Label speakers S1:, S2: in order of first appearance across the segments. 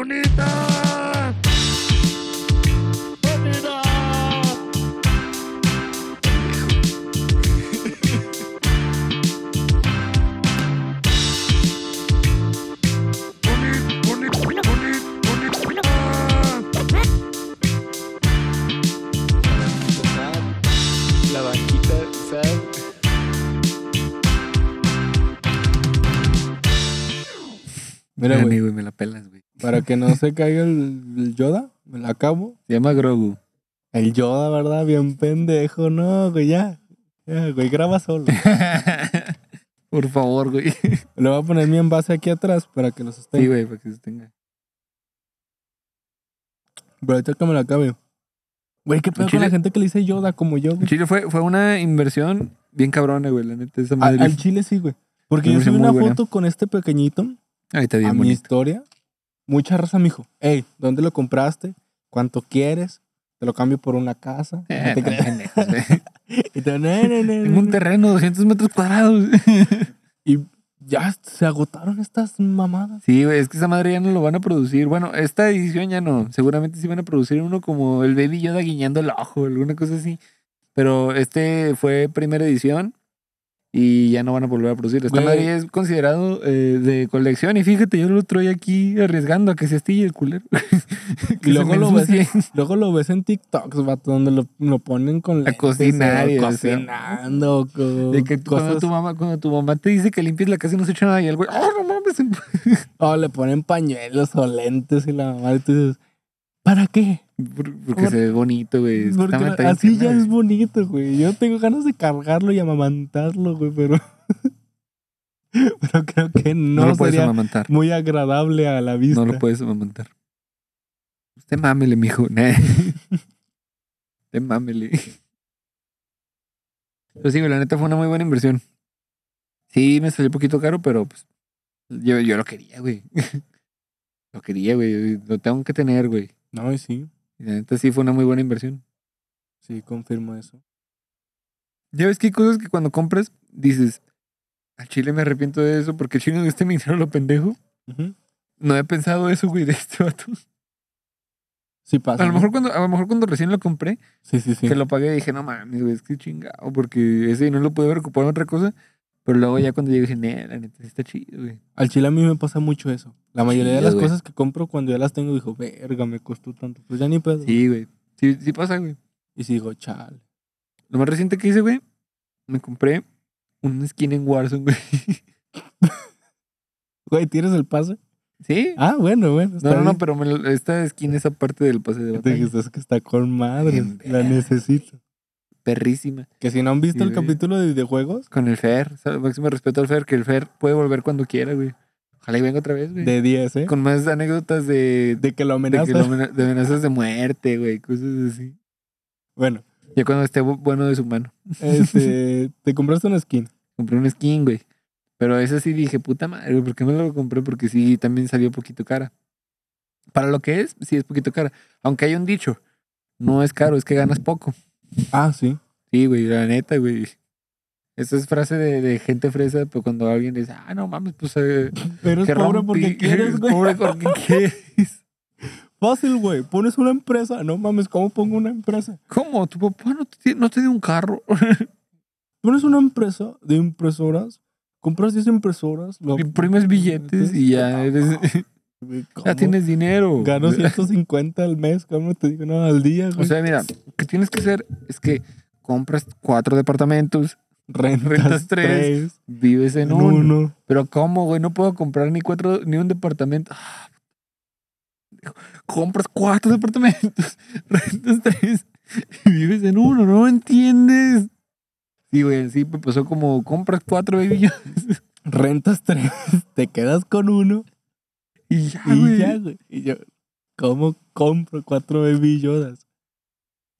S1: Bonita. Bonita. Bonita, bonita, bonita, bonita.
S2: La banquita, ¿sabes? Mira,
S3: Mira,
S2: güey,
S3: güey, me la pelas, güey.
S2: para que no se caiga el, el Yoda, me la acabo.
S3: Se llama Grogu.
S2: El Yoda, ¿verdad? Bien pendejo, no, güey, ya. Ya, güey, graba solo.
S3: Por favor, güey.
S2: Le voy a poner mi envase aquí atrás para que lo sostenga.
S3: Sí, güey, para que se tenga.
S2: Pero ahorita que me la acabe. Güey, qué pedo con
S3: Chile-
S2: la gente que le dice Yoda como yo, güey.
S3: Chile fue, fue una inversión bien cabrona, güey, la neta. Esa
S2: A-
S3: madre.
S2: Al chile sí, güey. Porque
S3: Me
S2: yo
S3: parece
S2: subí una
S3: muy buena.
S2: foto con este pequeñito
S3: Ahí está
S2: a
S3: bien
S2: mi
S3: bonito.
S2: historia. Mucha raza me dijo, hey, ¿dónde lo compraste? ¿Cuánto quieres? Te lo cambio por una casa.
S3: Eh,
S2: No te
S3: no,
S2: creas.
S3: pendejos, güey.
S2: Y te- "No, no, no,
S3: Tengo
S2: no,
S3: un
S2: no".
S3: terreno, 200 metros cuadrados.
S2: Ya se agotaron estas mamadas.
S3: Sí, güey, es que esa madre ya no lo van a producir. Bueno, esta edición ya no. Seguramente sí van a producir uno como el Baby Yoda guiñando el ojo, alguna cosa así. Pero este fue primera edición y ya no van a volver a producir. Esta
S2: Güey.
S3: madre es considerado eh, de colección y fíjate, yo lo traía aquí arriesgando a que se astille el culero. Que se
S2: Y luego
S3: me
S2: lo ves,
S3: ensucie.
S2: luego lo ves en TikToks, vato, donde lo, lo ponen con
S3: A
S2: lentes,
S3: cocinar
S2: o
S3: y eso.
S2: cocinando. co-
S3: De que tú- cuando
S2: cosas.
S3: tu, mamá, cuando tu mamá te dice que limpies la casa y no se echa nada y el güey, ¡oh, no mames!
S2: O le ponen pañuelos o lentes y la mamá. Y tú dices, ¿para qué?
S3: Por- Porque
S2: Por-
S3: se ve bonito, güey. Está-
S2: Porque
S3: está bien
S2: así ya
S3: tierno,
S2: es
S3: güey.
S2: bonito, güey. Yo tengo ganas de cargarlo y amamantarlo, güey, pero. pero creo que
S3: No,
S2: no,
S3: lo puedes
S2: sería
S3: amamantar.
S2: muy agradable a la vista.
S3: No lo puedes amamantar. Usted mámele, mijo. Nah. Usted mámele. Pero sí, güey, la neta fue una muy buena inversión. Sí, me salió un poquito caro, pero pues yo, yo lo quería, güey. lo quería, güey. Lo tengo que tener, güey.
S2: No, y sí.
S3: Y La neta sí fue una muy buena inversión.
S2: Sí, confirmo eso.
S3: Ya ves que hay cosas que cuando compras dices, al chile me arrepiento de eso porque el chino de este me dinero lo pendejo.
S2: Ujú.
S3: No he pensado eso, güey, de este vato.
S2: Ah, Sí pasa.
S3: A lo
S2: ¿no?
S3: mejor cuando, a lo mejor cuando recién lo compré,
S2: Sí, sí, sí.
S3: que lo pagué dije, no mames, güey, es que chingado, porque ese no lo pude haber ocupado en otra cosa. Pero luego ya cuando llegué dije, nee, la neta sí está chido, güey.
S2: Al chile a mí me pasa mucho eso. La mayoría de
S3: Chido,
S2: las
S3: güey.
S2: cosas que compro cuando ya las tengo, digo, verga, me costó tanto. Pues ya ni pedo.
S3: Sí, güey. Sí, sí pasa, güey.
S2: Y si digo, chale.
S3: Lo más reciente que hice, güey, me compré un skin en Warzone, güey.
S2: Güey, ¿tienes el pase?
S3: ¿Sí?
S2: Ah, bueno, bueno.
S3: no,
S2: está
S3: no, no,
S2: bien.
S3: pero me lo- esta skin es aparte del pase de
S2: Te
S3: batalla.
S2: dijiste, es que está con madre.
S3: Bien,
S2: La
S3: verga.
S2: necesito.
S3: Perrísima.
S2: Que si no han visto
S3: Sí,
S2: el
S3: güey.
S2: capítulo de videojuegos,
S3: Con el Fer. o sea, Máximo respeto al Fer, que el Fer puede volver cuando quiera, güey. Ojalá y venga otra vez, güey.
S2: de 10, ¿eh?
S3: Con más anécdotas de,
S2: De que lo
S3: de,
S2: amenazas.
S3: que lo amena- de amenazas de muerte, güey, cosas así.
S2: Bueno,
S3: Ya cuando esté bu- bueno de su mano.
S2: este, te compraste una skin.
S3: Compré un skin, güey. Pero esa sí dije, puta madre, güey, ¿por qué me lo compré? Porque sí, también salió poquito cara. Para lo que es, sí es poquito cara. Aunque hay un dicho, no es caro, es que ganas poco.
S2: Ah, sí.
S3: Sí, güey, la neta, güey. Esa es frase de, de gente fresa, pero cuando alguien dice, ah, no mames, pues... Eh,
S2: Pero es
S3: que
S2: pobre
S3: rompí,
S2: porque quieres, güey.
S3: Pobre porque quieres.
S2: Fácil, güey. Pones una empresa. No mames, ¿cómo pongo una empresa?
S3: ¿Cómo? ¿Tu papá no te, tiene- no te dio un carro?
S2: Pones una empresa de impresoras. Compras 10 impresoras. Lo...
S3: Imprimes billetes y ya eres...
S2: Güey,
S3: Ya
S2: ¿cómo?
S3: tienes dinero.
S2: Gano 150 al mes. ¿Cómo te digo? No, al día, güey.
S3: O sea, mira, lo que tienes que hacer es que compras cuatro departamentos,
S2: rentas,
S3: rentas tres,
S2: tres,
S3: vives en
S2: en
S3: uno.
S2: uno.
S3: Pero ¿cómo, güey? No puedo comprar ni cuatro, ni un departamento. Ah, compras cuatro departamentos, rentas tres y vives en uno. No entiendes. Sí, güey, sí, me pasó como compras cuatro, baby,
S2: Rentas tres. Te quedas con uno.
S3: y ya,
S2: Y
S3: Ah, güey.
S2: ya, güey. Y yo, ¿cómo compro cuatro baby yodas?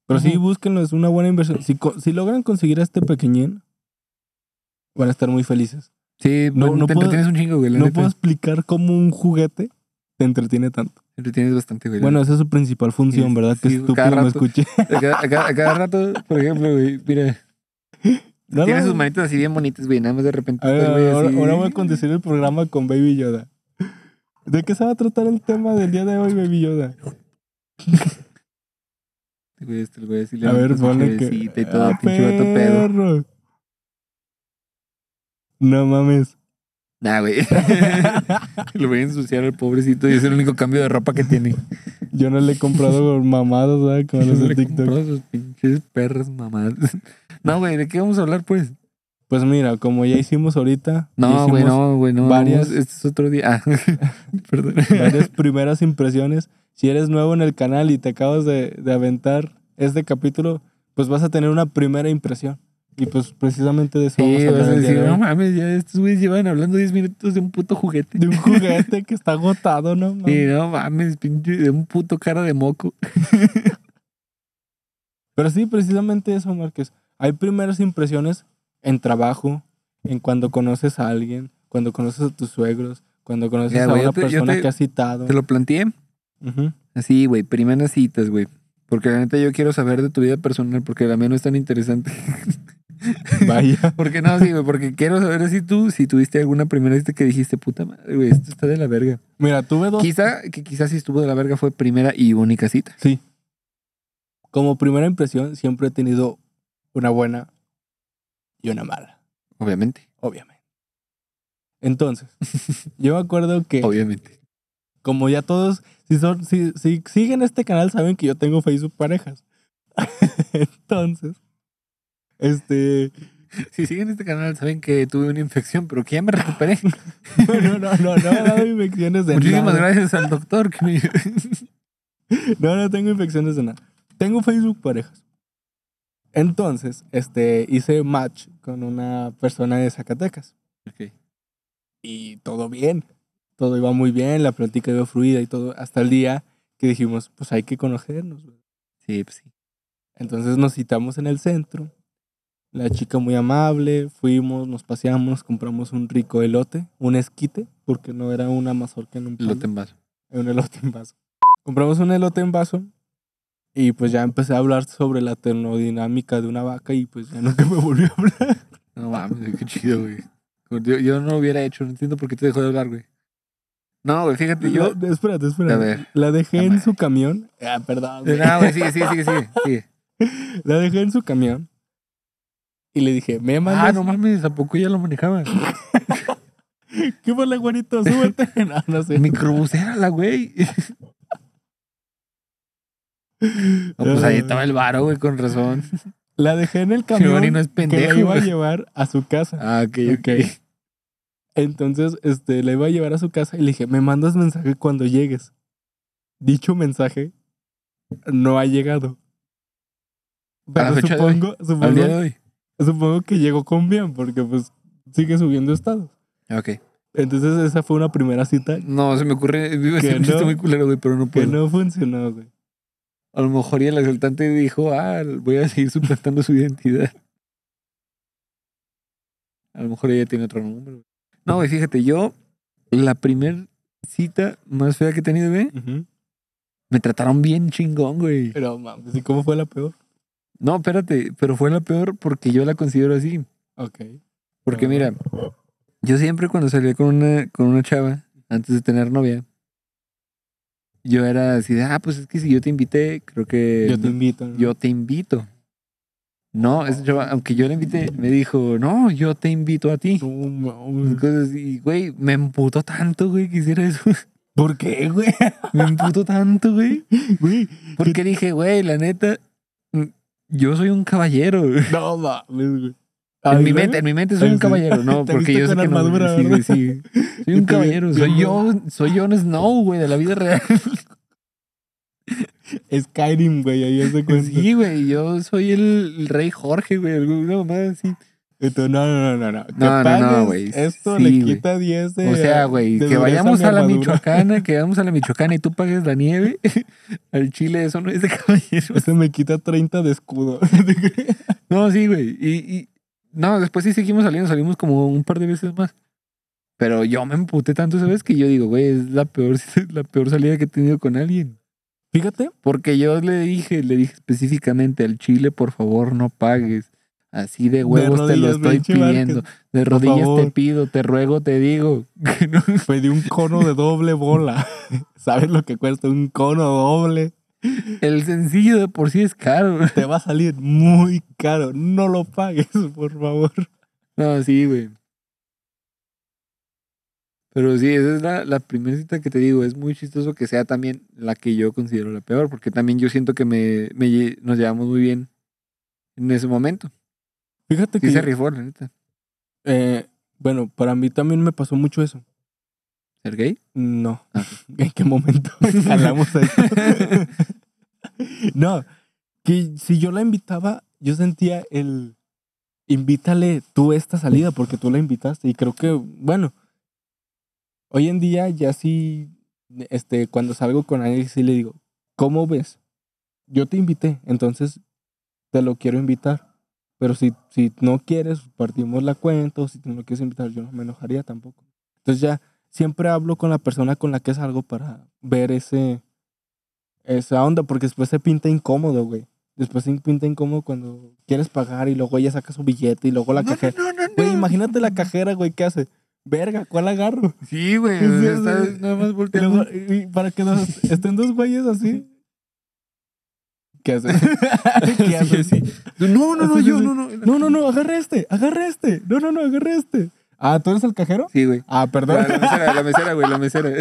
S2: Pero sí,
S3: Ujú.
S2: búsquenlo, es una buena inversión. Si, co- si logran conseguir a este pequeñín, van a estar muy felices.
S3: Sí,
S2: No-
S3: no,
S2: no
S3: te
S2: puedo-
S3: entretienes un chingo, güey. la
S2: No
S3: neta.
S2: puedo explicar cómo un juguete te entretiene tanto.
S3: Te entretienes bastante, güey. la
S2: Bueno, esa es su principal función,
S3: Sí,
S2: ¿verdad? Que
S3: sí, güey, cada
S2: estúpido me
S3: rato.
S2: escuché.
S3: A cada, a cada- a cada rato, por ejemplo, güey, mira,
S2: No,
S3: tiene
S2: no,
S3: sus manitas así bien bonitas, Pues, güey, nada más de repente.
S2: a ver,
S3: está el güey
S2: ahora,
S3: así.
S2: ahora voy a conducir el programa con Baby Yoda. ¿De qué se va a tratar el tema del día de hoy, Baby Yoda?
S3: Te voy a este, le voy a decirle
S2: A
S3: la
S2: ver,
S3: neta, su
S2: ponle que.
S3: jevecita Y todo,
S2: ¡Ah,
S3: pinche vato pedo.
S2: perro! No mames.
S3: Nah, güey. Lo voy a ensuciar al pobrecito y es el único cambio de ropa que tiene.
S2: Yo no le he comprado mamadas, ¿verdad? Como los de
S3: Le
S2: TikTok.
S3: compró sus pinches perras mamadas. No, güey, ¿de qué vamos a hablar, pues?
S2: Pues mira, como ya hicimos ahorita, ya
S3: No, güey,
S2: hicimos
S3: no, güey, no.
S2: varias-
S3: vamos- Este es otro día. Ah, perdón.
S2: varias primeras impresiones. Si eres nuevo en el canal y te acabas de, de aventar este capítulo, pues vas a tener una primera impresión. Y pues precisamente de eso vamos
S3: Sí,
S2: a
S3: vas
S2: hablar
S3: a
S2: el día
S3: decir,
S2: de hoy.
S3: no mames, ya estos güeyes llevan hablando 10 minutos de un puto juguete.
S2: De un juguete que está agotado, ¿no? mames?
S3: Sí, no mames, pinche, de un puto cara de moco.
S2: Ah. Pero sí, precisamente eso, Márquez. Hay primeras impresiones en trabajo, en cuando conoces a alguien, cuando conoces a tus suegros, cuando conoces
S3: Ya,
S2: a
S3: güey, yo
S2: una
S3: te- yo
S2: persona
S3: te-
S2: que has citado.
S3: Te lo planteé.
S2: Ujú.
S3: Así, güey, primeras citas, güey. Porque la neta yo quiero saber de tu vida personal, porque la mía no es tan interesante.
S2: Vaya.
S3: Porque no, sí, güey, porque quiero saber si tú, si tuviste alguna primera cita que dijiste, puta madre, güey, esto está de la verga.
S2: Mira, tuve dos.
S3: Quizá, que quizás si estuvo de la verga fue primera y única cita.
S2: Sí. Como primera impresión, siempre he tenido una buena y una mala,
S3: Obviamente,
S2: obviamente. Entonces, yo me acuerdo que,
S3: obviamente.
S2: como ya todos, si, son, si, si siguen este canal, saben que yo tengo Facebook parejas. Entonces, este.
S3: Si siguen este canal saben que tuve una infección, pero que ya me recuperé.
S2: No, no, no, no, no he dado infecciones de
S3: Muchísimas
S2: nada.
S3: gracias al doctor que me...
S2: No, no tengo infecciones de nada. Tengo Facebook parejas. Entonces, este, hice match con una persona de Zacatecas.
S3: Ok.
S2: y todo bien. Todo iba muy bien, la plática iba fluida y todo, hasta el día que dijimos, pues hay que conocernos. güey.
S3: Sí, pues sí.
S2: Entonces nos citamos en el centro, la chica muy amable, fuimos, nos paseamos, compramos un rico elote, un esquite, porque no era una mazorca en un,
S3: Lo
S2: palo,
S3: en vaso.
S2: era un elote en vaso. Compramos un elote en vaso y pues ya empecé a hablar sobre la termodinámica de una vaca y pues ya nunca me volvió a hablar.
S3: No mames, qué chido, güey. Yo, yo no lo hubiera hecho, no entiendo por qué te dejó de hablar, güey. No, güey, fíjate, yo...
S2: La- espérate,
S3: A
S2: espérate.
S3: ver.
S2: La dejé
S3: La
S2: en
S3: madre.
S2: su camión. Ah, perdón. güey.
S3: No, güey, sigue, sigue, sigue, sigue. sigue.
S2: La dejé en su camión y le dije, me mandas.
S3: Ah, no mames, ¿a poco ya lo manejaba?
S2: ¿Qué fue la güerito? Súbete. no, no sé.
S3: Microbusera la güey. No, pues
S2: Eh,
S3: ahí estaba el varo, güey, con razón.
S2: La dejé en el
S3: Giovanni no
S2: camión
S3: es
S2: que la
S3: pendejo.
S2: iba a
S3: güey.
S2: llevar a su casa.
S3: Ah, ok, ok.
S2: Ok. Entonces, este, la iba a llevar a su casa y le dije, me mandas mensaje cuando llegues. Dicho mensaje no ha llegado.
S3: A la
S2: Pero
S3: fecha de hoy,
S2: supongo,
S3: Al día de
S2: supongo,
S3: hoy.
S2: supongo que llegó con bien, porque pues sigue subiendo estado.
S3: Ah, Ok.
S2: Entonces, esa fue una primera cita
S3: No, se me ocurre. Vivo
S2: Que
S3: este
S2: no.
S3: chiste muy culero, güey, pero no
S2: que
S3: puedo.
S2: no funcionó, güey.
S3: A lo mejor y el asaltante dijo, ah, voy a seguir suplantando su identidad. A lo mejor ella tiene otro nombre. güey. No, güey, fíjate, yo, la primer cita más fea que he tenido, güey,
S2: Ujú.
S3: me trataron bien chingón, güey.
S2: Pero mames, ¿y cómo fue la peor?
S3: No, espérate, pero fue la peor porque yo la considero así.
S2: Ok.
S3: Porque
S2: Ah.
S3: mira, yo siempre cuando salía con una, con una chava, antes de tener novia, yo era así de, ah, pues es que si yo te invité, creo que
S2: Yo te invito. ¿no?
S3: yo te invito. No, esa chava, aunque yo la invité, me dijo, no, yo te invito a ti.
S2: No, mames.
S3: Entonces, y güey, me emputó tanto, güey, que hiciera eso.
S2: ¿Por qué, güey?
S3: Me emputó tanto, güey.
S2: Güey,
S3: Porque dije, güey, la neta, mm, yo soy un caballero. güey".
S2: No mames, güey. Ah,
S3: En mi
S2: ¿y luego?
S3: mente, en mi mente soy
S2: Ah,
S3: un
S2: sí.
S3: caballero, no,
S2: Te
S3: porque
S2: viste
S3: yo sé
S2: con
S3: que no, güey,
S2: armadura,
S3: sí, güey,
S2: ¿verdad?
S3: sí. Soy
S2: Y
S3: un
S2: te-
S3: caballero,
S2: te-
S3: soy yo, soy Jon Snow, güey, de la vida real.
S2: Skyrim, güey, ahí hace cuenta.
S3: Sí, güey, yo soy el, el rey Jorge, güey, alguna mamada así.
S2: Y tú, no, no, no, no, no. Que
S3: No, no, no,
S2: pagues
S3: güey.
S2: Esto
S3: Sí,
S2: le
S3: güey.
S2: quita 10 de.
S3: O sea, güey,
S2: de
S3: que
S2: dureza
S3: vayamos
S2: mi
S3: a la
S2: armadura.
S3: Michoacana, que vayamos a la Michoacana y tú pagues la nieve. Al Chile, eso no es de caballero.
S2: Este me quita 30 de escudo.
S3: No, sí, güey. Y, y- no, después sí seguimos saliendo, salimos como un par de veces más. Pero yo me emputé tanto esa vez que yo digo, güey, es la peor, la peor salida que he tenido con alguien.
S2: Fíjate.
S3: Porque yo le dije, le dije específicamente al Chile, por favor, no pagues. Así de huevos te lo
S2: rodillas,
S3: estoy
S2: pinche Vázquez.
S3: pidiendo. De
S2: Por
S3: rodillas te
S2: favor.
S3: pido, te ruego, te digo. Que no-
S2: Pedí un cono de doble bola. ¿Sabes lo que cuesta un cono doble?
S3: El sencillo de por sí es caro.
S2: Te va a salir muy caro. No lo pagues, por favor.
S3: No, sí, güey. Pero sí, esa es la, la primera cita que te digo. Es muy chistoso que sea también la que yo considero la peor, porque también yo siento que me, me lle- nos llevamos muy bien en ese momento.
S2: Fíjate
S3: Sí,
S2: que.
S3: se
S2: yo-
S3: rifó, la neta.
S2: eh, bueno, para mí también me pasó mucho eso.
S3: ¿Ser gay?
S2: No.
S3: Ah.
S2: ¿En qué momento hablamos de esto? no, que si yo la invitaba, yo sentía el invítale tú a esta salida porque tú la invitaste y creo que bueno, hoy en día ya sí este cuando salgo con alguien sí le digo, "¿Cómo ves? Yo te invité, entonces te lo quiero invitar." Pero si, si no quieres, partimos la cuenta, o si tú no quieres invitar, yo no me enojaría tampoco. Entonces ya siempre hablo con la persona con la que salgo para ver ese esa onda, porque después se pinta incómodo, güey. Después se pinta incómodo cuando quieres pagar y luego ella saca su billete y luego la cajera. Güey, imagínate la cajera, güey, ¿qué hace? Verga, ¿cuál agarro?
S3: Sí, güey.
S2: Sí,
S3: o sea,
S2: sí,
S3: estás
S2: sí.
S3: nada más
S2: Y
S3: volteando.
S2: luego, y para que nos estén dos güeyes así. ¿Qué hace? ¿Qué hace?
S3: Sí, sí. No, no, no,
S2: Sí, sí,
S3: yo,
S2: sí.
S3: no, no.
S2: No, no, no, agarra este, agarra este. No, no, no, agarra este. Ah, ¿tú eres el cajero?
S3: Sí, güey.
S2: Ah, perdón.
S3: La, la mesera, la mesera, güey, la mesera.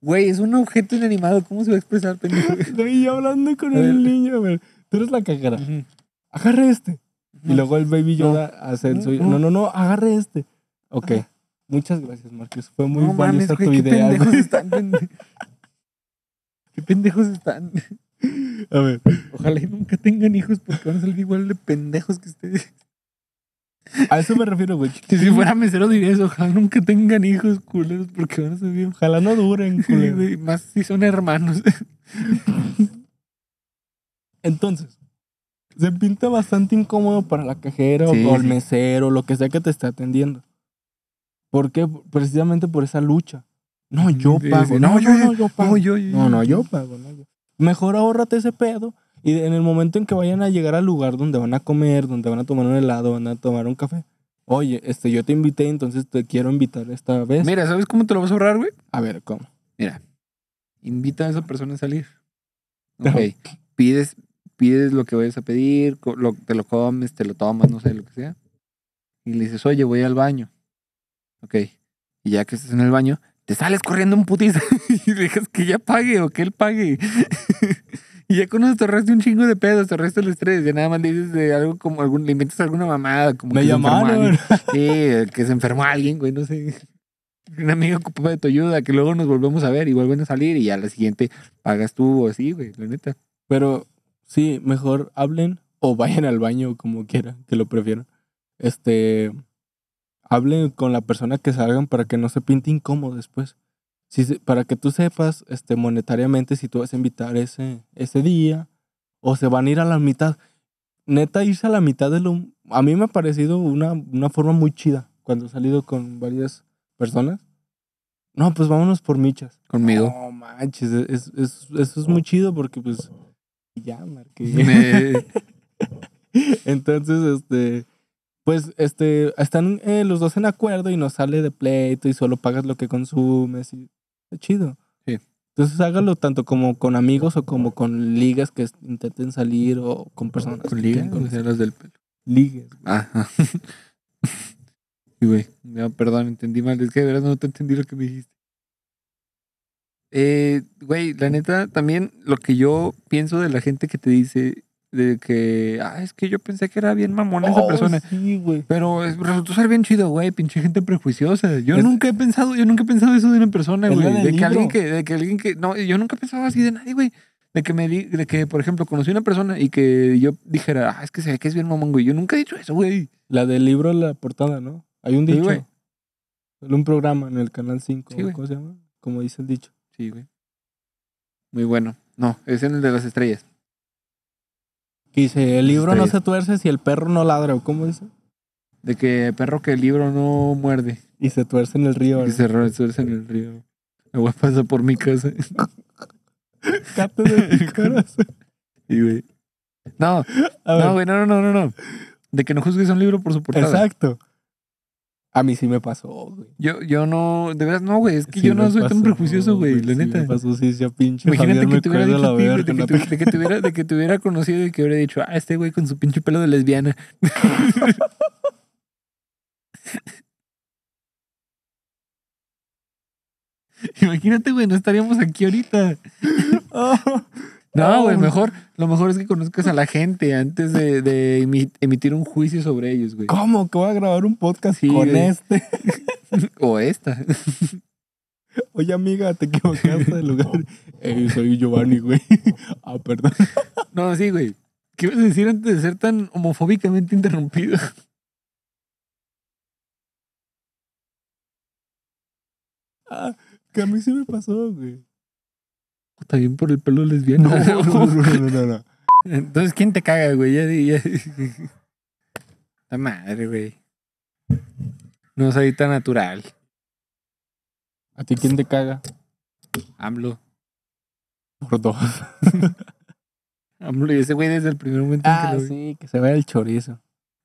S3: Güey, es un objeto inanimado. ¿Cómo se va a expresar, pendejo?
S2: Y yo hablando con
S3: A ver.
S2: el niño, güey. Tú eres la cajera. agarre este. Y luego el Baby Yoda hace el
S3: No,
S2: suyo.
S3: no.
S2: No, no, no, agarre este. Ok.
S3: Ajá.
S2: Muchas gracias, Marcos. Fue muy
S3: no mames,
S2: valiosa
S3: güey,
S2: tu
S3: qué
S2: idea. güey.
S3: pendejos están. pende- qué pendejos están.
S2: A ver,
S3: Ojalá y nunca tengan hijos porque van a salir igual de pendejos que ustedes.
S2: a eso me refiero, güey.
S3: Que si fuera mesero diría eso. Ojalá nunca tengan hijos, culeros, porque van a salir bien
S2: Ojalá no duren,
S3: Sí,
S2: culero.
S3: güey, más si son hermanos.
S2: Entonces, se pinta bastante incómodo para la cajera o-
S3: Sí,
S2: o el
S3: sí.
S2: mesero, lo que sea que te esté atendiendo. ¿Por qué? Precisamente por esa lucha. No, yo
S3: Sí,
S2: pago.
S3: sí.
S2: No,
S3: No,
S2: yo,
S3: yo-
S2: no, yo pago.
S3: No, yo, yo-
S2: No, no, yo pago, no yo. Mejor ahórrate ese pedo y de- en el momento en que vayan a llegar al lugar donde van a comer, donde van a tomar un helado, van a tomar un café. Oye, este, yo te invité, entonces te quiero invitar esta vez.
S3: Mira, ¿sabes cómo te lo vas a ahorrar, güey?
S2: A ver, ¿cómo?
S3: Invita a esa persona a salir. Ok. Pides, pides lo que vayas a pedir, co- lo- te lo comes, te lo tomas, no sé, lo que sea. Y le dices, oye, voy al baño. Ok. Y ya que estás en el baño, te sales corriendo un putiza y dejas que ella pague o que él pague. y ya con eso te ahorraste un chingo de pedos, te ahorraste el estrés. Ya nada más le dices de algo como, algún, le inventas alguna mamada. Como
S2: Me
S3: que se enfermó alguien.
S2: llamaron.
S3: Sí, el que se enfermó alguien, güey, no sé. Un amigo ocupaba de tu ayuda, que luego nos volvemos a ver y vuelven a salir y ya la siguiente pagas tú o así, güey, la neta.
S2: Pero sí, mejor hablen o vayan al baño como quieran, que lo prefieran. Este, hablen con la persona que salgan para que no se pinte incómodo después. Si se- para que tú sepas este, monetariamente si tú vas a invitar ese, ese día o se van a ir a la mitad. Neta, irse a la mitad de lo... A mí me ha parecido una, una forma muy chida cuando he salido con varias personas. No, pues vámonos por michas.
S3: Conmigo.
S2: No manches, e-, es- es- es- eso es muy chido porque pues ya marqué.
S3: Me-
S2: Entonces, este, pues, este, están eh, los dos en acuerdo y no sale de pleito y solo pagas lo que consumes y está chido.
S3: Sí.
S2: Entonces hágalo tanto como con amigos o como con ligas que intenten salir o con personas.
S3: Con
S2: que
S3: liga,
S2: quieran
S3: o
S2: conocer.
S3: sea, las del pelo.
S2: Ligues.
S3: Ajá. Sí, güey. No, perdón, entendí mal. Es que de verdad no te entendí lo que me dijiste. Eh, güey, la neta, también lo que yo pienso de la gente que te dice de que, ah, es que yo pensé que era bien mamón esa
S2: Oh,
S3: persona.
S2: Sí, güey.
S3: Pero es- resultó ser bien chido, güey, pinche gente prejuiciosa. Yo
S2: Es-
S3: nunca he pensado, yo nunca he pensado eso de una persona,
S2: Es la
S3: güey.
S2: del
S3: De que
S2: libro.
S3: alguien que, de que alguien que, no, yo nunca he pensado así de nadie, güey. De que me di, de que, por ejemplo, conocí una persona y que yo dijera, ah, es que se ve que es bien mamón, güey. Yo nunca he dicho eso, güey.
S2: La del libro la portada, ¿no? Hay un
S3: Sí,
S2: dicho.
S3: güey.
S2: un programa en el canal 5,
S3: Sí, güey.
S2: ¿cómo se llama? Como dice el dicho.
S3: Sí, güey. Muy bueno. No, es en el de las estrellas.
S2: Que dice, el libro no
S3: Está
S2: se tuerce si el perro no ladra, ¿o cómo dice?
S3: De que perro que el libro no muerde.
S2: Y se tuerce en el río.
S3: Y
S2: ¿no?
S3: se resuelce en el río. Agua pasa por mi casa.
S2: Cate de mi corazón.
S3: Y, güey. No,
S2: A ver,
S3: no, güey, no, no, no, no. De que no juzgues un libro por su portada.
S2: exacto. A mí sí me pasó, güey.
S3: Yo, yo no, de verdad no, güey. Es que
S2: Sí
S3: yo no
S2: me
S3: soy tan
S2: pasó,
S3: prejuicioso, güey, la
S2: sí
S3: neta.
S2: me pasó, sí, sí, a pinche
S3: Imagínate
S2: Javier
S3: que
S2: me
S3: te hubiera
S2: cuelga
S3: dicho a
S2: la
S3: ti, güey,
S2: verga.
S3: de, que
S2: no
S3: te, de que te hubiera, de que te hubiera conocido y que hubiera dicho, ah, este güey con su pinche pelo de lesbiana. Imagínate, güey, no estaríamos aquí ahorita.
S2: te-
S3: No,
S2: No,
S3: güey,
S2: güey.
S3: mejor, lo mejor es que conozcas a la gente antes de, de emi- emitir un juicio sobre ellos, güey.
S2: ¿Cómo que voy a grabar un podcast
S3: Sí,
S2: con
S3: güey.
S2: este?
S3: O esta.
S2: Oye, amiga, te equivocaste de lugar. Ey, soy Giovanni, güey. Ah, perdón.
S3: No, sí, güey. ¿Qué ibas a decir antes de ser tan homofóbicamente interrumpido?
S2: Ah, que a mí sí me pasó, güey.
S3: También por el pelo lesbiano.
S2: No, no, no, no, no.
S3: Entonces, ¿quién te caga, güey? Ya, di- ya. La madre, güey. No soy tan natural.
S2: ¿A ti quién te caga?
S3: AMLO.
S2: Por dos.
S3: AMLO y ese güey desde el primer momento en que
S2: Ah,
S3: lo vi. Sí
S2: sí, que se vea el chorizo.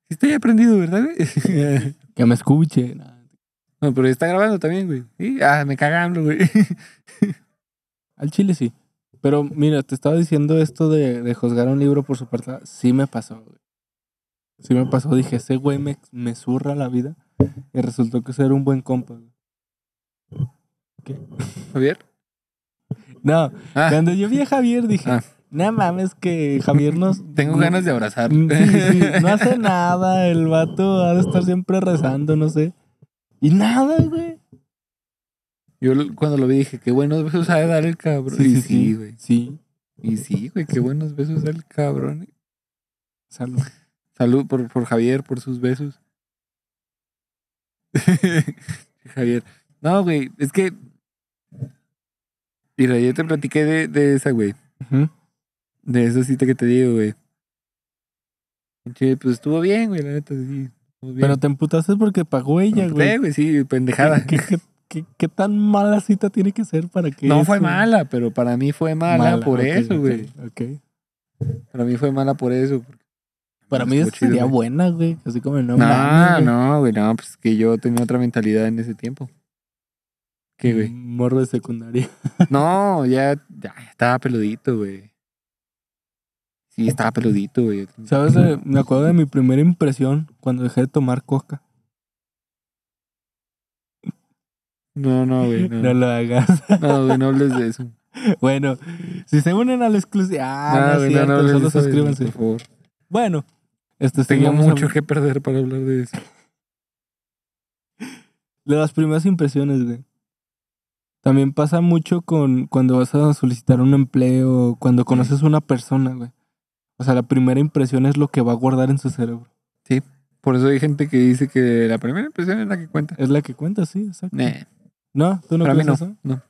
S3: Está ya aprendido, ¿verdad, güey?
S2: Que me escuche. Nah.
S3: no, pero está grabando también, güey. Sí, Ah, me caga AMLO, güey.
S2: Al chile sí. Pero mira, te estaba diciendo esto de, de juzgar un libro por su portada. Sí me pasó, güey. Sí me pasó. Dije, ese güey me, me zurra la vida. Y resultó que ser un buen compa, güey.
S3: Javier.
S2: No,
S3: Ah.
S2: cuando yo vi a Javier dije,
S3: Ah.
S2: no mames que Javier nos...
S3: Tengo
S2: no-
S3: ganas de abrazar.
S2: Mm, sí, sí, no hace nada, el vato ha de estar siempre rezando, no sé. Y nada, güey.
S3: Yo lo- cuando lo vi dije, qué buenos besos ha de dar el cabrón. y sí, güey.
S2: Sí,
S3: Y sí, güey, qué buenos besos da el cabrón.
S2: salud.
S3: Salud por, por Javier, por sus besos. Javier. No, güey, es que. Mira, yo te platiqué de, de esa, güey.
S2: Ujú.
S3: De esa cita que te digo, güey. Che, pues estuvo bien, güey, la neta, sí. estuvo bien. eh,
S2: Pero te emputaste porque pagó ella,
S3: Me
S2: güey.
S3: emputé, güey, sí, pendejada.
S2: ¿Qué, qué, qué- qué tan mala cita tiene que ser para que...
S3: No fue
S2: eso-
S3: mala, pero para mí fue mala, por
S2: ok,
S3: eso,
S2: ok,
S3: güey.
S2: ok.
S3: Para mí fue mala por eso.
S2: Para mí
S3: Estuvo
S2: esa
S3: chido,
S2: sería
S3: güey.
S2: buena, güey. Así como
S3: No,
S2: no. mames, güey.
S3: no, güey, no, pues que yo tenía otra mentalidad en ese tiempo. ¿Qué, güey?
S2: Morro de secundaria.
S3: No, ya, ya estaba peludito, güey. Sí, estaba peludito, güey.
S2: ¿Sabes? Eh, Me acuerdo de mi primera impresión cuando dejé de tomar coca.
S3: No, no, güey,
S2: No
S3: no.
S2: lo hagas.
S3: No, güey, no hables de eso.
S2: Bueno, si se unen al exclusivo. Ah, no,
S3: güey,
S2: es cierto,
S3: hables de
S2: solo
S3: eso, güey,
S2: suscríbanse.
S3: Por favor.
S2: Bueno, este,
S3: Tengo
S2: seguimos
S3: mucho
S2: a-
S3: que perder para hablar de eso.
S2: de las primeras impresiones, güey. También pasa mucho con cuando vas a solicitar un empleo, cuando conoces a una persona, güey. O sea, la primera impresión es lo que va a guardar en su cerebro.
S3: Por eso hay gente que dice que la primera impresión es la que cuenta.
S2: Es la que cuenta, sí, exacto.
S3: Nah,
S2: No, tú no
S3: para mí
S2: crees
S3: no,
S2: eso.
S3: no.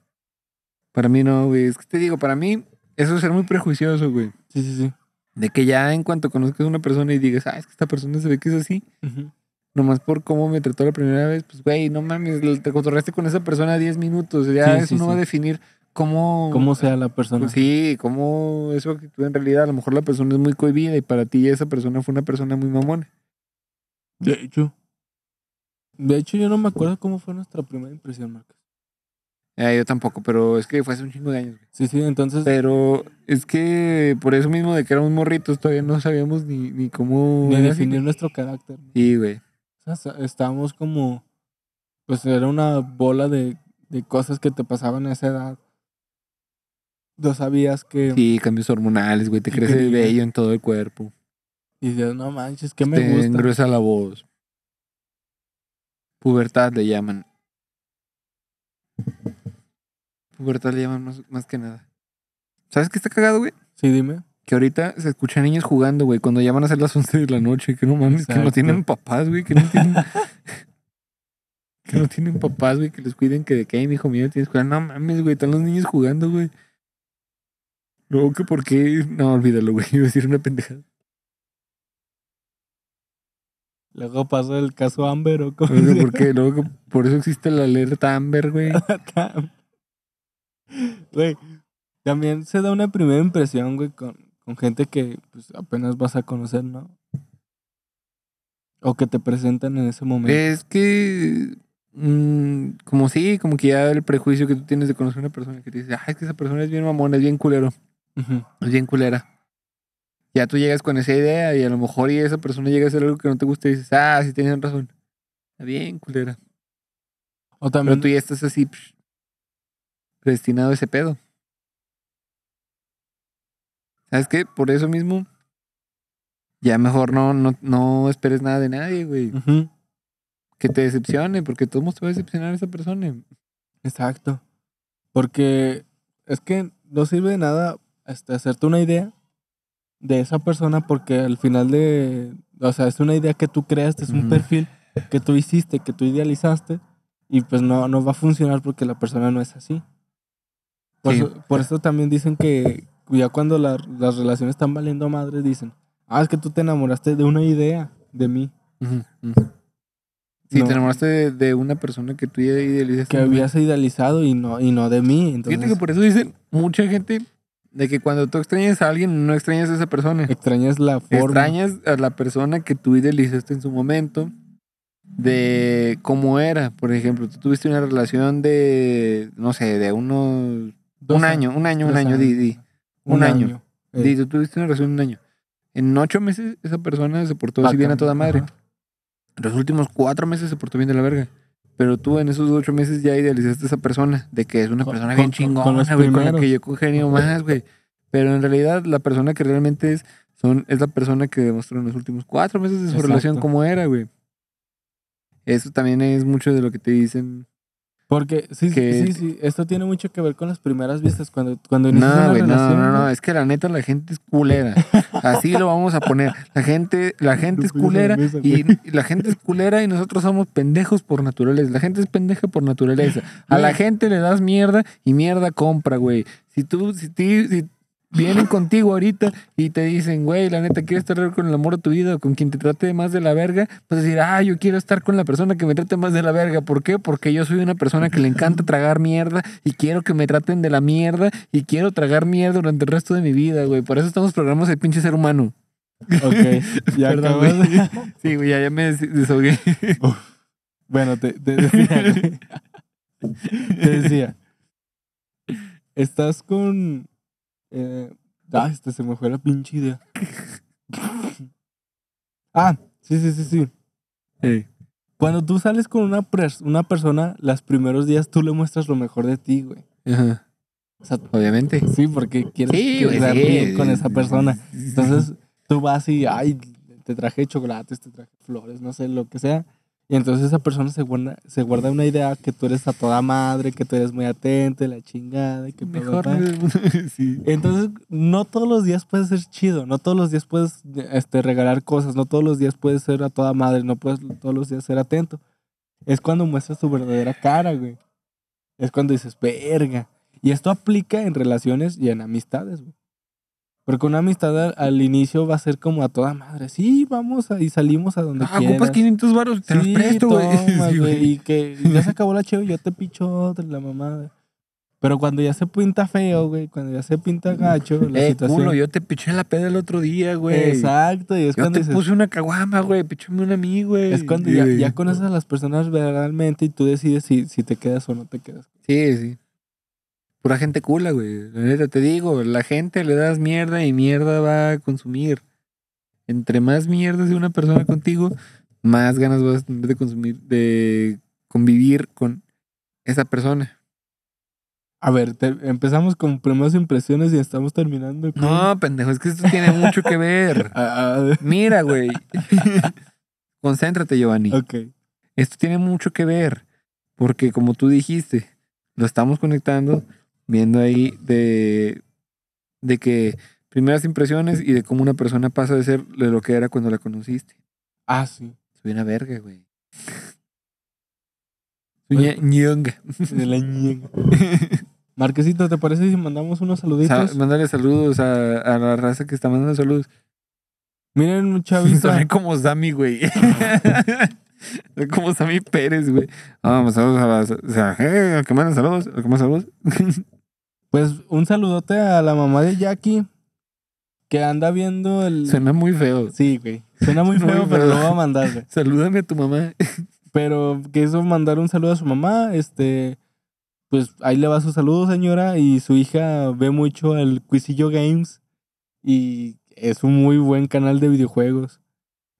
S3: Para mí no, güey. Es que te digo, para mí eso es ser muy prejuicioso, güey.
S2: Sí, sí, sí.
S3: De que ya en cuanto conozcas a una persona y digas, ah, es que esta persona se ve que es así,
S2: Ujú.
S3: nomás por cómo me trató la primera vez, pues, güey, no mames, lo- te cotorreaste con esa persona 10 minutos, ya
S2: Sí,
S3: eso
S2: sí,
S3: no va a
S2: sí.
S3: definir cómo...
S2: Cómo sea la persona.
S3: pues, sí, cómo eso actitud en realidad, a lo mejor la persona es muy cohibida y para ti esa persona fue una persona muy mamona.
S2: De hecho. De hecho, yo no me acuerdo cómo fue nuestra primera impresión, Marcos.
S3: Eh, yo tampoco, pero es que fue hace un chingo de años. güey.
S2: Sí, sí, entonces.
S3: Pero es que por eso mismo de que éramos morritos todavía no sabíamos ni, ni cómo...
S2: ni
S3: era.
S2: definir nuestro carácter. ¿no?
S3: Sí, güey.
S2: O sea, sa- estábamos como. Pues era una bola de, de cosas que te pasaban a esa edad. No sabías que.
S3: Sí, cambios hormonales, güey, te
S2: Sí,
S3: crece el
S2: querido.
S3: vello en todo el cuerpo.
S2: Y dices, no manches, que
S3: te
S2: me gusta.
S3: engruesa la voz. Pubertad le llaman. Pubertad le llaman más, más que nada. ¿Sabes qué está cagado, güey?
S2: Sí, dime.
S3: Que ahorita se escuchan niños jugando, güey, cuando ya van a ser las 11 de la noche. Que no mames, que no
S2: Exacto.
S3: tienen papás, güey, que no tienen... que no tienen papás, güey, que les cuiden, que de qué, hijo mío, tienes que cuidar. No mames, güey, están los niños jugando, güey. Luego que por qué... No, olvídalo, güey, iba a decir una pendejada.
S2: Luego pasó el caso Amber o como.
S3: Luego que por qué, luego que por eso existe la alerta Amber, güey.
S2: Güey, también se da una primera impresión, güey, con, con gente que pues, apenas vas a conocer, ¿no? O que te presentan en ese momento.
S3: Es que. mm, como sí, como que ya el prejuicio que tú tienes de conocer a una persona que te dice, ah, es que esa persona es bien mamona, es bien culero,
S2: Ujú.
S3: es bien culera. Ya tú llegas con esa idea y a lo mejor y esa persona llega a hacer algo que no te gusta y dices, ah, sí tenían razón. Está bien culera.
S2: O
S3: Pero
S2: también,
S3: tú ya estás así, psh, predestinado a ese pedo. ¿Sabes qué? Por eso mismo, ya mejor no, no, no esperes nada de nadie, güey.
S2: Ujú,
S3: Que te decepcione, porque todo te va a decepcionar a esa persona.
S2: Exacto. Porque es que no sirve de nada este, hacerte una idea de esa persona porque al final de... O sea, es una idea que tú creaste, es un
S3: Ujú.
S2: perfil que tú hiciste, que tú idealizaste y pues no, no va a funcionar porque la persona no es así. Por,
S3: Sí.
S2: eso, por eso también dicen que ya cuando la- las relaciones están valiendo madres dicen, ah, es que tú te enamoraste de una idea de mí
S3: Si
S2: No.
S3: te enamoraste de, de una persona que tú ya idealizaste.
S2: que habías idealizado y no, y no de mí. Entonces,
S3: Fíjate que por eso dicen mucha gente de que cuando tú extrañas a alguien, no extrañas a esa persona.
S2: extrañas la forma.
S3: Extrañas a la persona que tú idealizaste en su momento, de cómo era. Por ejemplo, tú tuviste una relación de, no sé, de unos...
S2: Dos
S3: un
S2: a-
S3: año, un año,
S2: dos
S3: un año, di,
S2: años.
S3: di. un año.
S2: Eh,
S3: Di, tú tuviste una relación de un año. En ocho meses esa persona se portó así
S2: Vaca,
S3: bien a toda madre.
S2: ajá.
S3: Los últimos cuatro meses se portó bien de la verga. Pero tú en esos ocho meses ya idealizaste a esa persona, de que es una
S2: Con-
S3: persona
S2: con-
S3: bien
S2: con- con los
S3: chingona, güey, con la
S2: primeros.
S3: que yo congenio más, güey. Pero en realidad la persona que realmente es, son, es la persona que demostró en los últimos cuatro meses de su
S2: Exacto.
S3: relación cómo era, güey. Eso también es mucho de lo que te dicen.
S2: Porque sí,
S3: que-
S2: sí, sí, esto tiene mucho que ver con las primeras vistas. Cuando, cuando inicias
S3: No,
S2: una
S3: güey, no,
S2: relación,
S3: no, no,
S2: güey,
S3: es que la neta la gente es culera. Así lo vamos a poner. La gente, la gente es
S2: Tú pides
S3: culera
S2: la mesa,
S3: y,
S2: güey.
S3: y la gente es culera y nosotros somos pendejos por naturaleza. La gente es pendeja por naturaleza. A la
S2: Güey.
S3: gente le das mierda y mierda compra, güey. Si tú, si, ti- si vienen contigo ahorita y te dicen, güey, la neta quieres estar con el amor de tu vida o con quien te trate más de la verga, pues decir, ah, yo quiero estar con la persona que me trate más de la verga. ¿Por qué? Porque yo soy una persona que le encanta tragar mierda y quiero que me traten de la mierda y quiero tragar mierda durante el resto de mi vida, güey. Por eso estamos programando el pinche ser humano.
S2: Ok, ya
S3: Perdón,
S2: acabas de-
S3: Sí, güey, ya, ya me des- desahogué.
S2: Bueno, te, te decía, güey. te decía, estás con... eh, ah, este se me fue la pinche idea. Ah, sí, sí, sí, sí.
S3: Ey.
S2: Cuando tú sales con una, pers- una persona, los primeros días tú le muestras lo mejor de ti, güey.
S3: Ajá,
S2: O sea,
S3: obviamente.
S2: sí, porque quieres
S3: Sí, güey,
S2: quedar
S3: sí.
S2: bien con esa persona. Entonces tú vas y, ay, te traje chocolates, te traje flores, no sé, lo que sea. Y entonces esa persona se guarda, se guarda una idea que tú eres a toda madre, que tú eres muy atento, y la chingada, y que bla, bla,
S3: mejor.
S2: bla.
S3: sí.
S2: Entonces, no todos los días puedes ser chido, no todos los días puedes este, regalar cosas, no todos los días puedes ser a toda madre, no puedes todos los días ser atento. Es cuando muestras tu verdadera cara, güey. Es cuando dices, verga. Y esto aplica en relaciones y en amistades, güey. Porque una amistad al, al inicio va a ser como a toda madre. Sí, vamos a- y salimos a donde
S3: Ah,
S2: quieras.
S3: ocupas 500 varos, te
S2: Sí,
S3: los presto, güey.
S2: toma,
S3: Sí,
S2: güey,
S3: güey.
S2: Y que ya se acabó la chévere, yo te picho otra, la mamada. Pero cuando ya se pinta feo, güey, cuando ya se pinta gacho, la
S3: Eh,
S2: situación.
S3: culo, yo te piché la peda el otro día, güey.
S2: Exacto, y es
S3: Yo
S2: cuando
S3: te
S2: dices,
S3: puse una caguama, güey. Pichame una a mí, güey.
S2: es cuando
S3: Sí,
S2: ya,
S3: güey.
S2: ya conoces a las personas realmente y tú decides si, si te quedas o no te quedas.
S3: Sí, sí. Pura gente cula, güey. La neta te digo, la gente le das mierda y mierda va a consumir. Entre más mierdas de una persona contigo, más ganas vas a tener de consumir, de convivir con esa persona.
S2: A ver, te- empezamos con primeras impresiones y estamos terminando con...
S3: No, pendejo, es que esto tiene mucho que ver.
S2: Ah, ah,
S3: Mira, güey. Concéntrate, Giovanni.
S2: ok.
S3: Esto tiene mucho que ver, porque como tú dijiste, lo estamos conectando, viendo ahí de, de que primeras impresiones y de cómo una persona pasa de ser de lo que era cuando la conociste.
S2: Ah, sí.
S3: Soy una verga, güey. Soy una ñonga.
S2: De la ñiga. Marquesito, ¿te parece si mandamos unos
S3: Sa-
S2: saluditos?
S3: Mándale saludos a, a la raza que está mandando saludos.
S2: Miren, chavita.
S3: Soné como Sammy, güey. Soy como Sammy Pérez, güey. Vamos, saludos a las... o sea, eh, al que manda saludos, al que manda saludos.
S2: Pues un saludote a la mamá de Jackie, que anda viendo el...
S3: Suena muy feo.
S2: Sí, güey. Suena muy
S3: Suena
S2: feo,
S3: muy
S2: pero
S3: feo.
S2: lo va a mandar, güey.
S3: Salúdame a tu mamá.
S2: Pero quiso mandar un saludo a su mamá, este... Pues ahí le va su saludo, señora, y su hija ve mucho el Cuisillo Games y es un muy buen canal de videojuegos.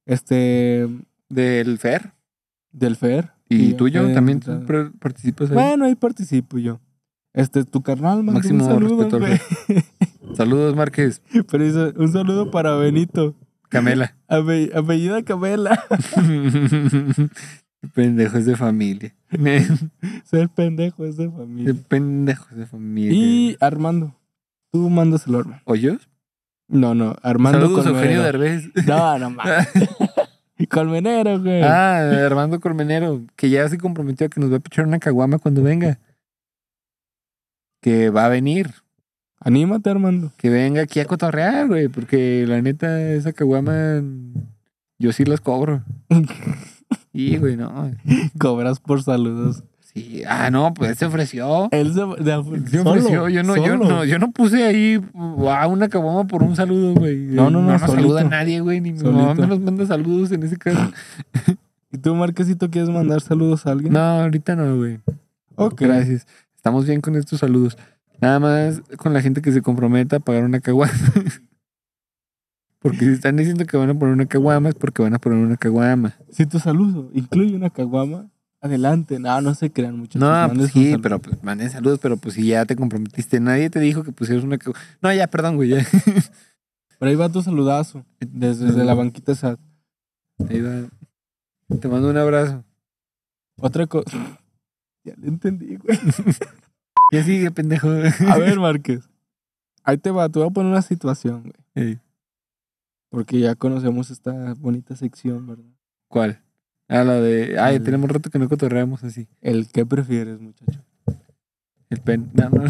S2: Este...
S3: Del Fer.
S2: Del Fer.
S3: Y
S2: yo
S3: tuyo
S2: fui
S3: también
S2: invitado.
S3: tú pr- participas ahí.
S2: Bueno, ahí participo yo. Este, tu carnal mandó
S3: Máximo
S2: un saludo,
S3: respeto al
S2: güey.
S3: Saludos, Márquez.
S2: Pero hizo un saludo para Benito.
S3: Camela.
S2: Abe- apellida Camela.
S3: Pendejos de familia.
S2: Ser pendejo es de familia.
S3: Pendejos de familia.
S2: Y Armando. Tú mándaselo, Armando.
S3: ¿Hoyos?
S2: No, no, Armando
S3: Saludos, Eugenio
S2: Colmenero.
S3: Derbez.
S2: No, no mames. Colmenero, güey.
S3: Ah, Armando Colmenero, que ya se comprometió a que nos va a pichar una caguama cuando venga. Que va a venir,
S2: Anímate, Armando.
S3: que venga aquí a cotorrear, güey, porque la neta, esa caguama, yo sí las cobro. Y, güey, no.
S2: Cobras por saludos.
S3: Sí, ah, no, pues se ofreció.
S2: Él se,
S3: Se ofreció, yo no, yo no, yo no puse ahí a una caguama por un saludo, güey.
S2: No, no, no,
S3: nos saluda a
S2: solito.
S3: nadie, güey, ni mi mamá
S2: Solito.
S3: me nos manda saludos en ese caso.
S2: ¿Y tú, Marquesito, quieres mandar saludos a alguien?
S3: No, ahorita no, güey.
S2: Ok.
S3: Gracias. Estamos bien con estos saludos. Nada más con la gente que se comprometa a pagar una caguama. porque si están diciendo que van a poner una caguama es porque van a poner una caguama.
S2: Si tu saludo incluye una caguama, adelante. No, no se crean muchachos.
S3: No,
S2: manden
S3: pues
S2: sus
S3: sí,
S2: saludos.
S3: pero pues, manden saludos, pero pues si ya te comprometiste, nadie te dijo que pusieras una caguama. No, ya, perdón, güey, ya.
S2: Pero ahí va tu saludazo. Desde, desde la banquita SAT.
S3: Ahí va. Te mando un abrazo.
S2: Otra cosa. Ya le entendí, güey.
S3: Ya sigue, pendejo.
S2: A ver, Márquez. Ahí te va. Te voy a poner una situación, güey.
S3: Ey,
S2: Porque ya conocemos esta bonita sección, ¿verdad?
S3: ¿Cuál? Ah, la de. Ay,
S2: El-
S3: tenemos rato que no cotorreamos así.
S2: El qué prefieres, muchacho.
S3: El pen. No, no.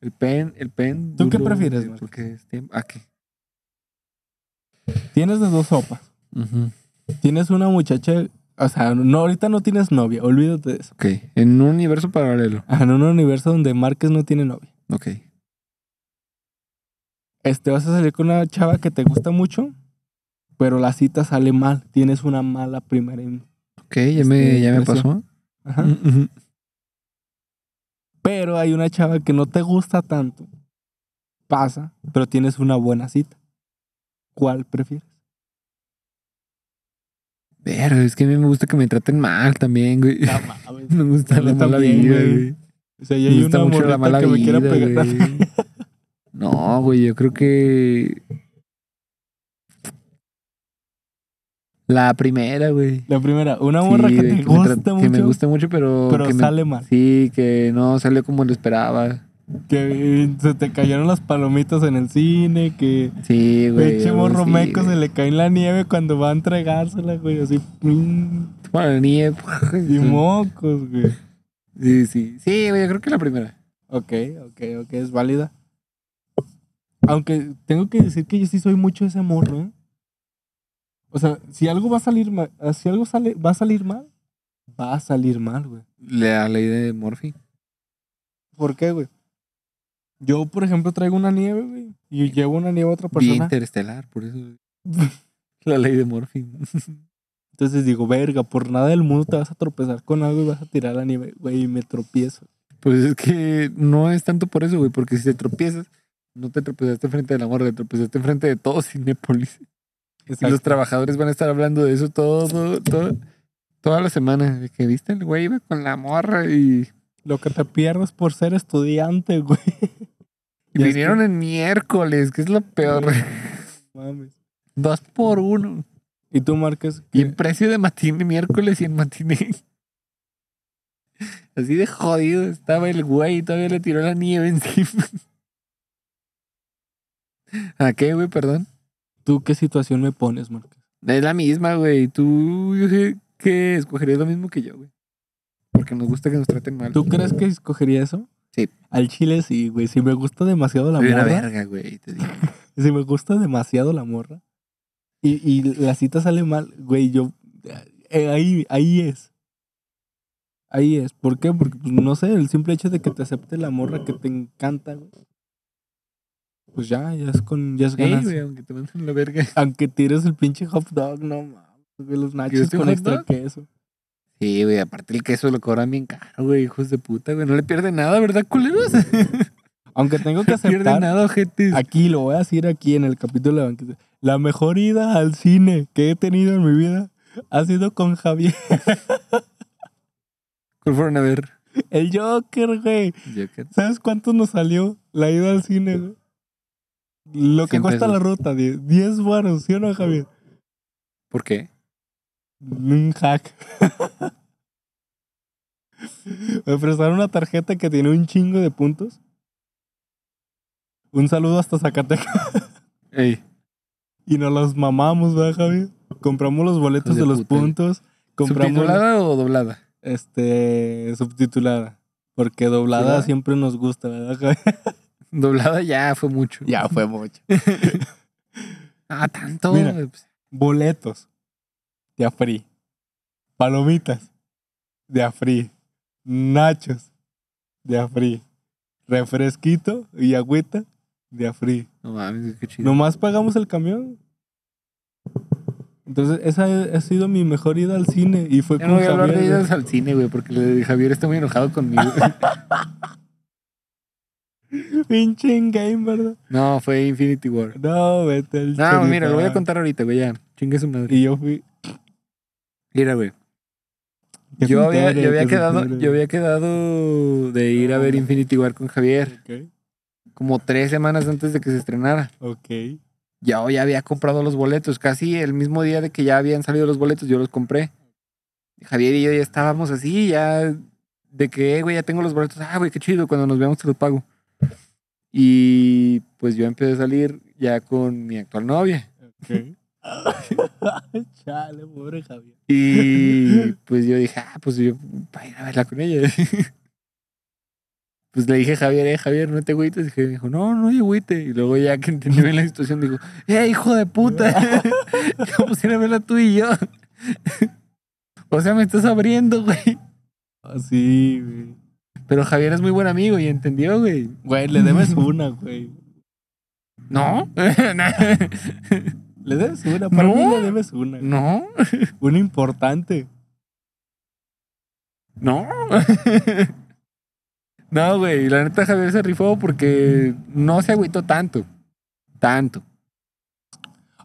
S3: El pen, el pen.
S2: ¿Tú qué
S3: duro,
S2: prefieres,
S3: eh,
S2: Marco?
S3: Porque es tiempo. ¿A qué?
S2: Tienes de dos sopas. Tienes una muchacha. O sea, no, ahorita no tienes novia. Olvídate de eso.
S3: Ok, en un universo paralelo.
S2: Ajá, En un universo donde Márquez no tiene novia.
S3: Ok.
S2: este, vas a salir con una chava que te gusta mucho, pero la cita sale mal. Tienes una mala primera. in-
S3: Ok, ya me,
S2: Este,
S3: ya me
S2: precio.
S3: pasó.
S2: Ajá.
S3: Ujú.
S2: Pero hay una chava que no te gusta tanto. Pasa, pero tienes una buena cita. ¿Cuál prefieres?
S3: Pero es que a mí me gusta que me traten mal también, güey. Me gusta la
S2: Yo
S3: mala
S2: también,
S3: vida,
S2: güey.
S3: güey.
S2: O sea,
S3: Me
S2: ya hay
S3: gusta
S2: una
S3: mucho la
S2: morrita
S3: mala
S2: que me
S3: vida,
S2: quiera pegar.
S3: güey. No, güey, yo creo que... La primera, güey.
S2: La primera, una
S3: Sí,
S2: morra que
S3: güey,
S2: te
S3: me tra-
S2: gusta
S3: Que
S2: mucho,
S3: me gusta mucho, pero...
S2: pero
S3: que me-
S2: sale mal.
S3: Sí, que no salió como lo esperaba.
S2: Que se te cayeron las palomitas en el cine, que
S3: Sí, güey.
S2: pinche
S3: algo
S2: morro
S3: así,
S2: meco
S3: güey.
S2: se le cae en la nieve cuando va a entregársela, güey. Así, mm.
S3: Bueno, ni...
S2: Y mocos, güey.
S3: Sí, sí. Sí, güey, yo creo que la primera.
S2: Ok, ok, ok, es válida. Aunque tengo que decir que yo sí soy mucho ese morro, ¿eh? O sea, si algo va a salir mal, si algo sale, va a salir mal, va a salir mal, güey.
S3: La ley de Morphy.
S2: ¿Por qué, güey? Yo, por ejemplo, traigo una nieve, güey, y llevo una nieve a otra
S3: Vía
S2: persona.
S3: interestelar, por eso. La ley de Morphy.
S2: Entonces digo, verga, por nada del mundo te vas a tropezar con algo y vas a tirar la nieve, güey, y me tropiezo.
S3: Pues es que no es tanto por eso, güey, porque si te tropiezas, no te tropezaste frente de la morra, te tropezaste frente de todo Cinépolis. Y los trabajadores van a estar hablando de eso todo, todo, toda la semana. De que viste el güey iba con la morra y,
S2: Lo que te pierdes por ser estudiante, güey.
S3: y
S2: Ya
S3: vinieron en miércoles, que es lo peor.
S2: Mames.
S3: Dos por uno.
S2: ¿Y tú, Márquez?
S3: Y
S2: qué-
S3: en precio de matiné miércoles y en matiné. Así de jodido estaba el güey, todavía le tiró la nieve encima. ¿A qué, güey? Perdón.
S2: ¿Tú qué situación me pones, Márquez?
S3: Es la misma, güey. Tú, yo sé que escogerías lo mismo que yo, güey. Porque nos gusta que nos traten mal.
S2: ¿Tú crees que escogería eso?
S3: Sí.
S2: Al chile sí, güey. Si me gusta demasiado la
S3: Soy una
S2: morra.
S3: verga, güey? Te digo.
S2: Si me gusta demasiado la morra. Y, y la cita sale mal, güey. Yo. eh, ahí, ahí es. Ahí es. ¿Por qué? Porque, pues, no sé, el simple hecho de que te acepte la morra que te encanta, güey. pues ya, ya es con, ya es
S3: Ey,
S2: ganas.
S3: güey, aunque te manden la verga.
S2: Aunque tires el pinche hot dog, no mames, güey, los nachos
S3: ¿Quieres un
S2: con
S3: hot
S2: extra
S3: dog?
S2: queso.
S3: Sí, güey, aparte el queso lo cobran bien caro, güey, hijos de puta, güey. No le pierden nada, ¿verdad, culeros?
S2: Aunque tengo que
S3: No pierden
S2: aceptar,
S3: nada, ojetes.
S2: aquí lo voy a decir aquí en el capítulo de banquete, la mejor ida al cine que he tenido en mi vida ha sido con Javier,
S3: ¿Cuál fueron a ver?
S2: el Joker, güey.
S3: Joker.
S2: ¿Sabes cuánto nos salió la ida al cine, güey? Lo que
S3: 100
S2: cuesta la
S3: pesos.
S2: ruta, 10, 10 baros, ¿sí o no, Javier?
S3: ¿Por qué?
S2: Un hack. Me prestaron una tarjeta que tiene un chingo de puntos. Un saludo hasta Zacatecas.
S3: Ey,
S2: Y nos los mamamos, ¿verdad, Javier? Compramos los
S3: Hijos
S2: boletos
S3: de
S2: de, los
S3: puta.
S2: puntos. Compramos
S3: ¿subtitulada o doblada?
S2: este subtitulada. Porque doblada
S3: ¿Verdad?
S2: siempre nos gusta, ¿verdad, Javier?
S3: Doblada ya fue mucho.
S2: Ya fue mucho.
S3: Ah, tanto.
S2: Mira.
S3: güey, pues,
S2: boletos de afrí, palomitas de afrí, nachos de afrí, refresquito y agüita de afrí.
S3: No mames, qué chido.
S2: Nomás pagamos el camión. Entonces, esa ha sido mi mejor ida al cine y fue
S3: ya no
S2: con
S3: voy a hablar
S2: Javier.
S3: de
S2: güey.
S3: idas al cine, güey, porque le- Javier está muy enojado conmigo.
S2: Pinche game, ¿verdad?
S3: no, fue Infinity War.
S2: No, vete el
S3: No, Ah, mira, lo voy a
S2: choripán.
S3: contar ahorita, güey, ya. Chingue su madre.
S2: Y yo fui.
S3: Mira, güey.
S2: que
S3: Yo
S2: se
S3: había,
S2: entere,
S3: yo, había
S2: que se
S3: quedado,
S2: entere.
S3: yo había quedado de ir a ver Infinity War con Javier como tres semanas antes de que se estrenara.
S2: Ok, ok.
S3: Ya, ya había comprado los boletos, casi el mismo día de que ya habían salido los boletos, yo los compré. Javier y yo ya estábamos así, ya de que, "Eh, güey, ya tengo los boletos. Ah, güey, qué chido, cuando nos veamos te los pago. Y pues yo empecé a salir ya con mi actual novia.
S2: ok. Chale, pobre Javier.
S3: Y pues yo dije, ah, pues yo para ir a verla con ella. Pues le dije a Javier, eh, Javier, no te agüites. Y me dijo, no, no te agüite. Y luego ya que entendí bien la situación, dijo, eh, hijo de puta, vamos a ir a verla tú y yo. O sea, me estás abriendo, güey.
S2: Así, Ah, güey.
S3: Pero Javier es muy buen amigo y entendió, güey.
S2: Güey, le debes una, güey.
S3: ¿No?
S2: Le debes una, para
S3: No.
S2: mí le debes una.
S3: ¿No?
S2: Una importante.
S3: No. no, güey. La neta Javier se rifó porque no se agüitó tanto. Tanto.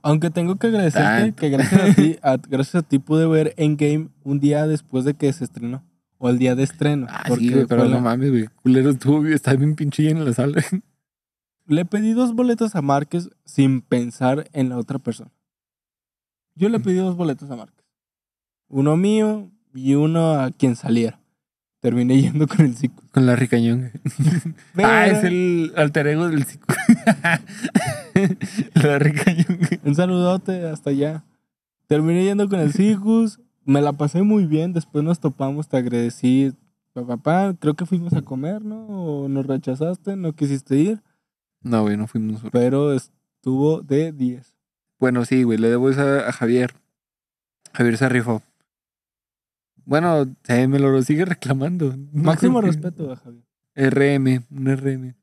S2: Aunque tengo que agradecerte
S3: Tanto.
S2: que gracias a ti, a- gracias a ti pude ver Endgame un día después de que se estrenó. O el día de estreno.
S3: Ah,
S2: porque
S3: sí, güey, pero
S2: fue
S3: no
S2: la-
S3: mames, güey. Culero estuvo, güey, está bien pinche lleno la sala.
S2: Le pedí dos boletos a Márquez sin pensar en la otra persona. Yo le pedí dos boletos a Márquez. Uno mío y uno a quien saliera. Terminé yendo con el psico.
S3: Con la ricañón. Ah, es el alter ego del psico. la ricañón.
S2: Un saludote hasta allá. Terminé yendo con el Sigus. Me la pasé muy bien. Después nos topamos, te agradecí. Papá, creo que fuimos a comer, ¿no? O nos rechazaste, no quisiste ir.
S3: No, güey, no fuimos.
S2: Pero estuvo de 10.
S3: Bueno, sí, güey, le debo esa a Javier. Javier se rifó. Bueno, se me lo sigue reclamando. No
S2: Máximo
S3: creo que-
S2: respeto a Javier.
S3: RM, un RM.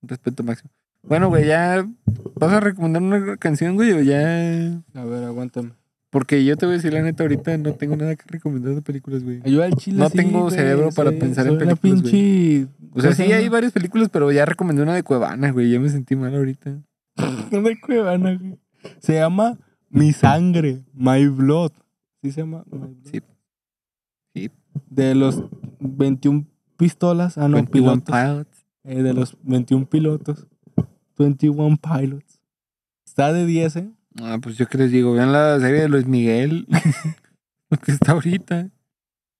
S3: Un Respeto máximo. Bueno, güey, ya vas a recomendar una canción, güey, o ya.
S2: A ver, aguántame.
S3: Porque yo te voy a decir la neta, ahorita no tengo nada que recomendar de películas, güey.
S2: Yo al chile
S3: No
S2: sí,
S3: tengo
S2: güey,
S3: cerebro para
S2: soy-
S3: pensar en
S2: soy una
S3: películas,
S2: pinche...
S3: O sea, sí
S2: cosa
S3: hay varias películas, pero ya recomendé una de Cuevana, güey. Ya me sentí mal ahorita.
S2: de cuevana, güey. Se llama Mi Sangre, My Blood. ¿Sí se llama? My Blood.
S3: Sí. Sí.
S2: De los 21 pistolas, ah, no,
S3: 21
S2: pilotos.
S3: Pilots.
S2: eh, de los 21 pilotos. 21 pilots. Está de 10, ¿eh?
S3: Ah, pues yo que les digo, vean la serie de Luis Miguel. Lo que está ahorita.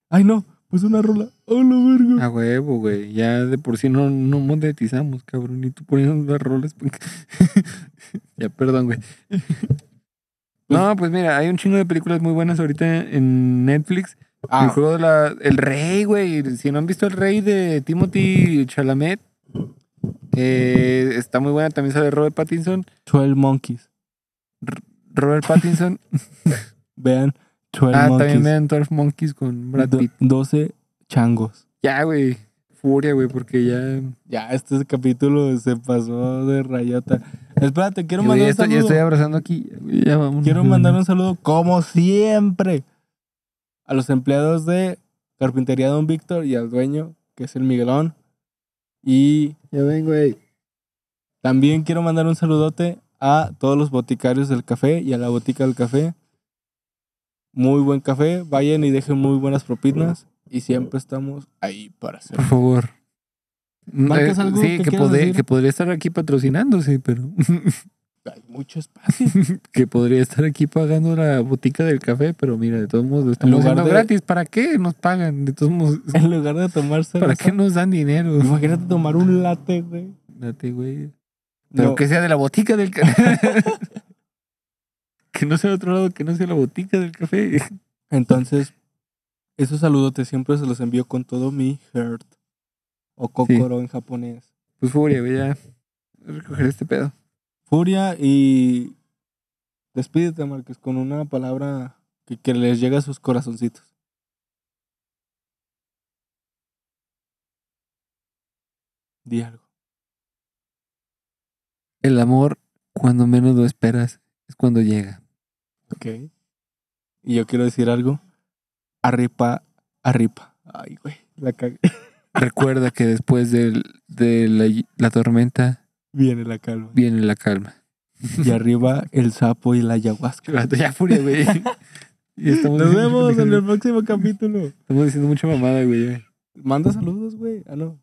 S2: Ay, no, pues una rola. ¡Oh, la verga!
S3: A huevo, güey. Ya de por sí no, no monetizamos, cabrón. Y tú poniendo las rolas. porque- ya, perdón, güey. no, pues mira, hay un chingo de películas muy buenas ahorita en Netflix. El
S2: Ah,
S3: juego de la. El Rey, güey. Si no han visto El Rey de Timothy Chalamet, eh, está muy buena. También sale Robert Pattinson.
S2: 12 Monkeys.
S3: Robert Pattinson.
S2: Vean, 12
S3: ah,
S2: Monkeys.
S3: también vean Dwarf Monkeys con Brad
S2: Do-
S3: Pitt.
S2: 12 changos.
S3: Ya, güey. furia, güey, porque ya.
S2: Ya, este capítulo se pasó de rayota. Espérate, quiero
S3: Yo
S2: mandar
S3: ya,
S2: un
S3: estoy, ya
S2: saludo.
S3: estoy abrazando aquí. güey, Ya vámonos.
S2: Quiero mandar un saludo, como siempre, a los empleados de Carpintería Don Víctor y al dueño, que es el Miguelón. Y
S3: Ya vengo, güey.
S2: también quiero mandar un saludote a todos los boticarios del café y a la botica del café. Muy buen café, vayan y dejen muy buenas propinas. Y siempre estamos ahí para hacer.
S3: Por favor.
S2: Marcas
S3: Eh,
S2: algo
S3: sí,
S2: que
S3: que,
S2: quieras
S3: podé-
S2: decir.
S3: que podría estar aquí patrocinándose, pero
S2: Hay mucho espacio.
S3: que podría estar aquí pagando la botica del café, pero mira, de todos modos lo estamos
S2: lugar
S3: haciendo
S2: de-
S3: gratis. ¿Para qué nos pagan? De todos modos,
S2: En lugar de tomarse.
S3: ¿para qué nos dan dinero?
S2: Imagínate tomar un latte, güey.
S3: Date, güey. Pero
S2: No,
S3: que sea de la botica del café. que no sea de otro lado, que no sea la botica del café.
S2: Entonces, esos saludotes siempre se los envío con todo mi heart. O kokoro en japonés.
S3: Pues furia, güey, ya. Recoger este pedo.
S2: Furia y. Despídete, Márquez, con una palabra que, que les llegue a sus corazoncitos. Di algo.
S3: El amor, cuando menos lo esperas, es cuando llega.
S2: Ok. Y yo quiero decir algo. Arripa, arripa. Ay, güey. La cagué.
S3: Recuerda que después del- de la, la tormenta
S2: Viene la calma.
S3: viene la calma.
S2: Y arriba el sapo y la ayahuasca.
S3: Ya furia, güey. Y estamos
S2: Nos
S3: diciendo-
S2: vemos en el próximo capítulo.
S3: Estamos diciendo mucha mamada, güey. ya.
S2: Manda saludos, güey. Ah, no.